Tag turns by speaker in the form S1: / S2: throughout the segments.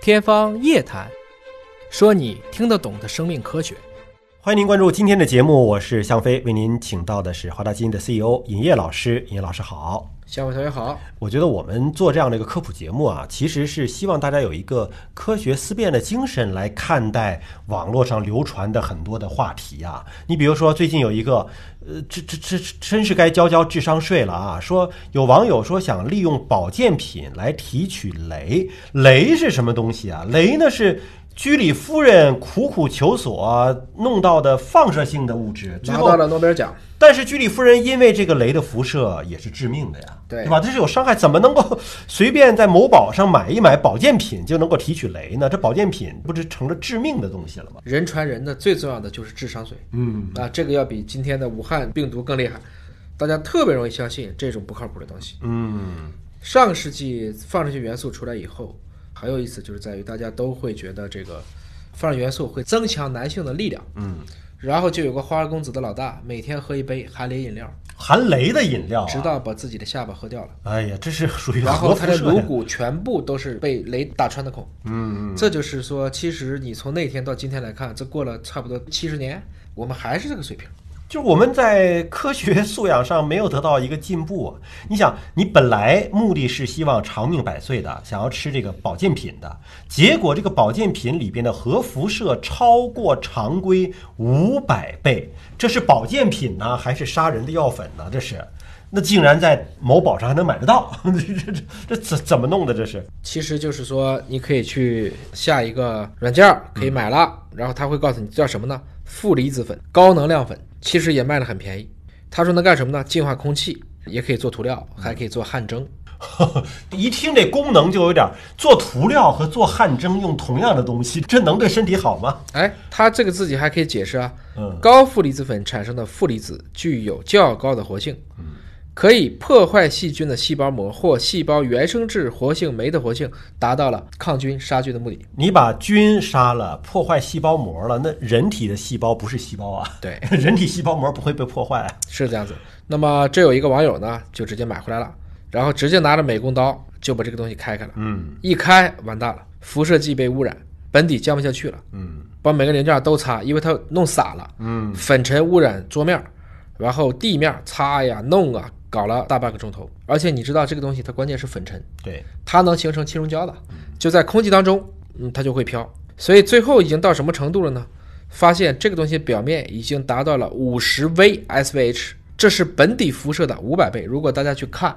S1: 天方夜谭，说你听得懂的生命科学。
S2: 欢迎您关注今天的节目，我是向飞，为您请到的是华大基因的 CEO 尹烨老师。尹烨老师好，
S1: 小伟同学好，
S2: 我觉得我们做这样的一个科普节目啊，其实是希望大家有一个科学思辨的精神来看待网络上流传的很多的话题啊。你比如说，最近有一个，呃，这这这这真是该交交智商税了啊！说有网友说想利用保健品来提取镭，镭是什么东西啊？镭呢是。居里夫人苦苦求索弄到的放射性的物质，最
S1: 拿
S2: 后
S1: 到了诺贝尔奖。
S2: 但是居里夫人因为这个镭的辐射也是致命的呀，
S1: 对
S2: 吧？这是有伤害，怎么能够 随便在某宝上买一买保健品就能够提取镭呢？这保健品不是成了致命的东西了吗？
S1: 人传人的最重要的就是智商税，
S2: 嗯，
S1: 啊，这个要比今天的武汉病毒更厉害，大家特别容易相信这种不靠谱的东西。
S2: 嗯，
S1: 上世纪放射性元素出来以后，很有意思，就是在于大家都会觉得这个放射元素会增强男性的力量。
S2: 嗯，
S1: 然后就有个花花公子的老大，每天喝一杯含磷饮料，
S2: 含镭的饮料、
S1: 直
S2: 啊，
S1: 到把自己的下巴喝掉了。
S2: 哎呀，这是属于
S1: 然
S2: 核
S1: 后他
S2: 辐
S1: 的
S2: 射
S1: 颅
S2: 呀
S1: 骨全部都是被雷打穿的孔。
S2: 嗯，
S1: 这就是说，其实你从那天到今天来看，这过了差不多七十年，我们还是这个水平。
S2: 就是我们在科学素养上没有得到一个进步啊。 你想，你本来目的是希望长命百岁的，想要吃这个保健品的，结果这个保健品里边的核辐射超过常规五百倍，这是保健品呢，还是杀人的药粉呢？这是，那竟然在某宝上还能买得到， 这这这这怎怎么弄的？这是，
S1: 其实就是说，你可以去下一个软件儿，可以买了，
S2: 嗯
S1: 然后他会告诉你叫什么呢？负离子粉、高能量粉，其实也卖的很便宜。他说能干什么呢？净化空气，也可以做涂料，还可以做汗蒸。
S2: 一听这功能就有点儿做涂料和做汗蒸用同样的东西，这能对身体好吗？
S1: 哎，他这个自己还可以解释啊，
S2: 嗯
S1: 高负离子粉产生的负离子具有较高的活性，可以破坏细菌的细胞膜或细胞原生质活性酶的活性，达到了抗菌杀菌的目的。
S2: 你把菌杀了，破坏细胞膜了，那人体的细胞不是细胞啊，
S1: 对，
S2: 人体细胞膜不会被破坏、啊。
S1: 是这样子。那么这有一个网友呢，就直接买回来了，然后直接拿着美工刀就把这个东西开开了，
S2: 嗯
S1: 一开完蛋了，辐射剂被污染，本底降不下去了。
S2: 嗯
S1: 把每个零件都擦，因为它弄洒了，
S2: 嗯，
S1: 粉尘污染桌面，然后地面擦呀弄啊，搞了大半个钟头。而且你知道这个东西它关键是粉尘，
S2: 对，
S1: 它能形成气溶胶的，就在空气当中，嗯，它就会飘。所以最后已经到什么程度了呢？发现这个东西表面已经达到了五十 V SVH，这是本底辐射的五百倍。如果大家去看，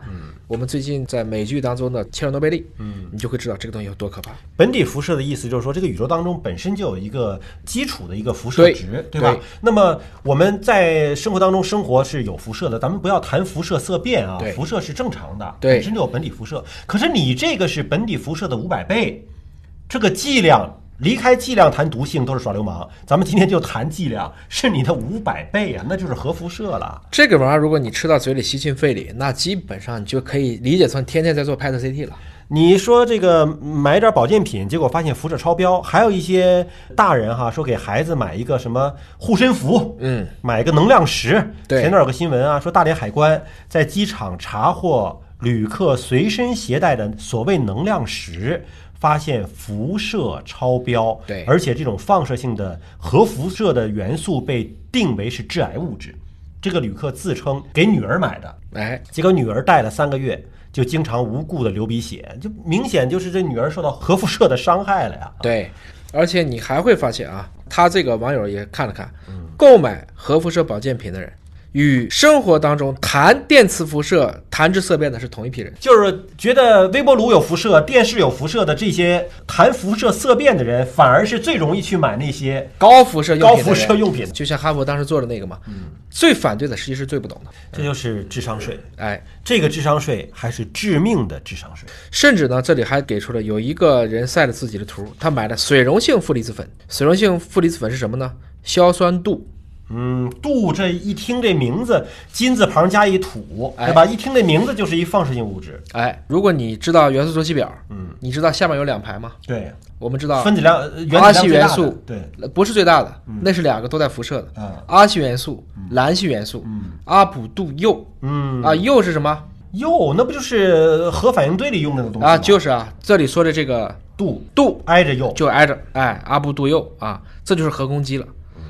S1: 我们最近在美剧当中的《切尔诺贝利》，嗯，你就会知道这个东西有多可怕。
S2: 本底辐射的意思就是说，这个宇宙当中本身就有一个基础的一个辐射值，对吧
S1: 对
S2: 那么我们在生活当中生活是有辐射的，咱们不要谈辐射色变啊
S1: 对，
S2: 辐射是正常的，
S1: 对
S2: 本身就有本底辐射。可是你这个是本底辐射的五百倍，这个剂量。离开剂量谈毒性都是耍流氓，咱们今天就谈剂量，是你的五百倍啊，那就是核辐射了。
S1: 这个玩意儿，如果你吃到嘴里吸进肺里，那基本上你就可以理解成天天在做 PET CT 了。
S2: 你说这个买点保健品，结果发现辐射超标，还有一些大人哈说给孩子买一个什么护身符，
S1: 嗯，
S2: 买个能量石。
S1: 对
S2: 前段有个新闻啊，说大连海关在机场查获旅客随身携带的所谓能量石。发现辐射超标，
S1: 对
S2: 而且这种放射性的核辐射的元素被定为是致癌物质。这个旅客自称给女儿买的，
S1: 哎，
S2: 结果女儿带了三个月，就经常无故的流鼻血，就明显就是这女儿受到核辐射的伤害了呀。
S1: 对，而且你还会发现啊，他这个网友也看了看，
S2: 嗯
S1: 购买核辐射保健品的人与生活当中谈电磁辐射、谈之色变的是同一批人。
S2: 就是觉得微波炉有辐射、电视有辐射的这些谈辐射色变的人，反而是最容易去买那些
S1: 高辐射用
S2: 高
S1: 品的
S2: 辐
S1: 人
S2: 射用品。嗯
S1: 就像哈佛当时做的那个嘛，最反对的实际是最不懂的。
S2: 这就是智商税，
S1: 哎，
S2: 这个智商税还是致命的智商税。
S1: 甚至呢，这里还给出了有一个人晒了自己的图，他买了水溶性负离子粉。水溶性负离子粉是什么呢？硝酸镀。
S2: 嗯，镀这一听这名字，金字旁加一土，
S1: 哎
S2: 对吧？一听这名字就是一放射性物质。
S1: 哎，如果你知道元素周期表，
S2: 嗯，
S1: 你知道下面有两排吗？
S2: 对，
S1: 我们知道
S2: 分子量、呃原
S1: 阿
S2: 子量
S1: 系
S2: 最大
S1: 元
S2: 的
S1: 素
S2: 对，
S1: 呃不是最大的，那是两个都带辐射的，
S2: 嗯
S1: 阿系元素、蓝系元素、阿普度铀
S2: 嗯。
S1: 啊，铀是什么
S2: 哟，那不就是核反应堆里用那个东西吗？
S1: 啊啊？就是啊，这里说的这个
S2: 度
S1: 度
S2: 挨着右，
S1: 就挨着，哎，阿布杜右啊，这就是核攻击了。
S2: 嗯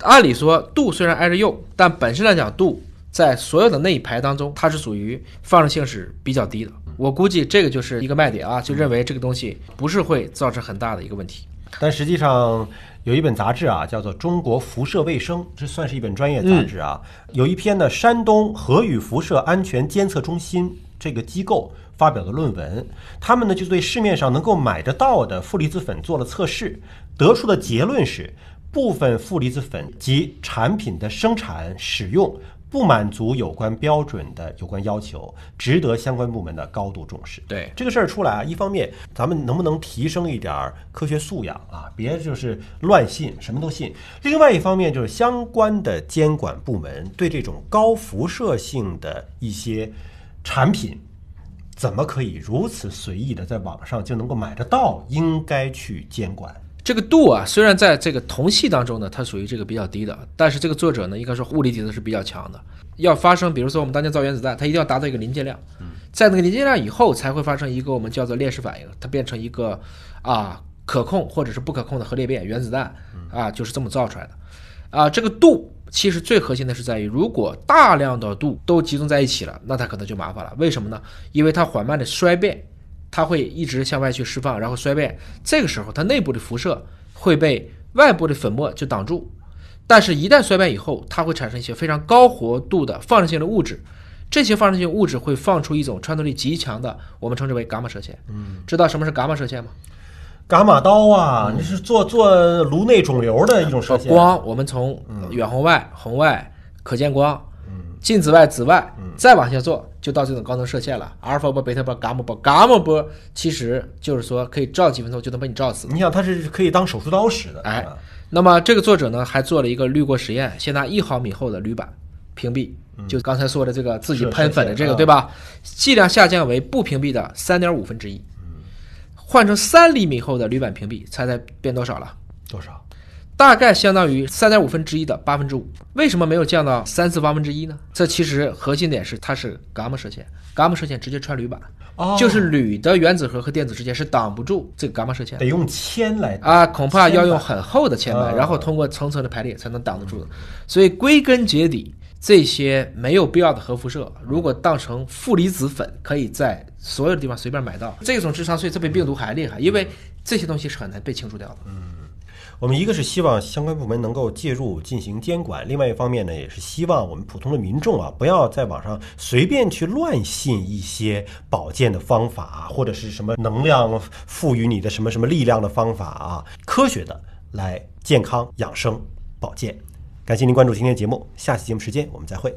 S1: 按理说，杜虽然挨着右，但本身来讲，杜在所有的那一排当中，它是属于放射性是比较低的。
S2: 嗯
S1: 我估计这个就是一个卖点啊，就认为这个东西不是会造成很大的一个问题。
S2: 但实际上有一本杂志啊，叫做《中国辐射卫生》，这算是一本专业杂志啊。有一篇呢，山东核与辐射安全监测中心这个机构发表的论文，他们呢就对市面上能够买得到的负离子粉做了测试，得出的结论是，部分负离子粉及产品的生产使用。不满足有关标准的有关要求，值得相关部门的高度重视。
S1: 对，
S2: 这个事儿出来啊，一方面咱们能不能提升一点儿科学素养啊，别就是乱信，什么都信；另外一方面就是相关的监管部门对这种高辐射性的一些产品，怎么可以如此随意的在网上就能够买得到，应该去监管。
S1: 这个度啊，虽然在这个同系当中呢，它属于这个比较低的，但是这个作者呢，应该说物理底子是比较强的。要发生，比如说我们当年造原子弹，它一定要达到一个临界量，在那个临界量以后，才会发生一个我们叫做链式反应，它变成一个啊可控或者是不可控的核裂变。原子弹啊就是这么造出来的。啊，这个度其实最核心的是在于，如果大量的度都集中在一起了，那它可能就麻烦了。为什么呢？因为它缓慢的衰变，它会一直向外去释放，然后衰变。这个时候，它内部的辐射会被外部的粉末就挡住。但是，一旦衰变以后，它会产生一些非常高活度的放射性的物质。这些放射性物质会放出一种穿透力极强的，我们称之为伽马射线。嗯，知道什么是伽马射线吗？
S2: 伽马刀啊，你是做做颅内肿瘤的一种射线，
S1: 光，我们从远红外、红外、可见光、近紫外、紫外，再往下做，就到这种高能射线了。阿尔法波、贝塔波、伽马波，伽马波其实就是说可以照几分钟就能把你照死。
S2: 你想它是可以当手术刀使的，
S1: 哎
S2: 啊，
S1: 那么这个作者呢，还做了一个滤过实验，先拿一毫米厚的铝板屏蔽，就刚才说的这个自己喷粉的这
S2: 射
S1: 个，
S2: 线
S1: 对吧？剂量下降为不屏蔽的三点五分之一，换成三厘米厚的铝板屏蔽，猜猜变多少了？
S2: 多少？
S1: 大概相当于三点五分之一的八分之五。为什么没有降到三次八分之一呢？这其实核心点是它是伽马射线，伽马射线直接穿铝板，
S2: 哦
S1: 就是铝的原子核和电子之间是挡不住这个伽马射线的
S2: 得用铅来
S1: 啊，恐怕要用很厚的铅板，哦
S2: 啊
S1: 然后通过层层的排列才能挡得住的。所以归根结底，这些没有必要的核辐射，如果当成负离子粉，可以在所有的地方随便买到。这种智商税，这比病毒还厉害，因为这些东西是很难被清除掉的。
S2: 我们一个是希望相关部门能够介入进行监管，另外一方面呢，也是希望我们普通的民众啊，不要在网上随便去乱信一些保健的方法啊，或者是什么能量赋予你的什么什么力量的方法啊，科学的来健康养生保健。感谢您关注今天的节目，下期节目时间我们再会。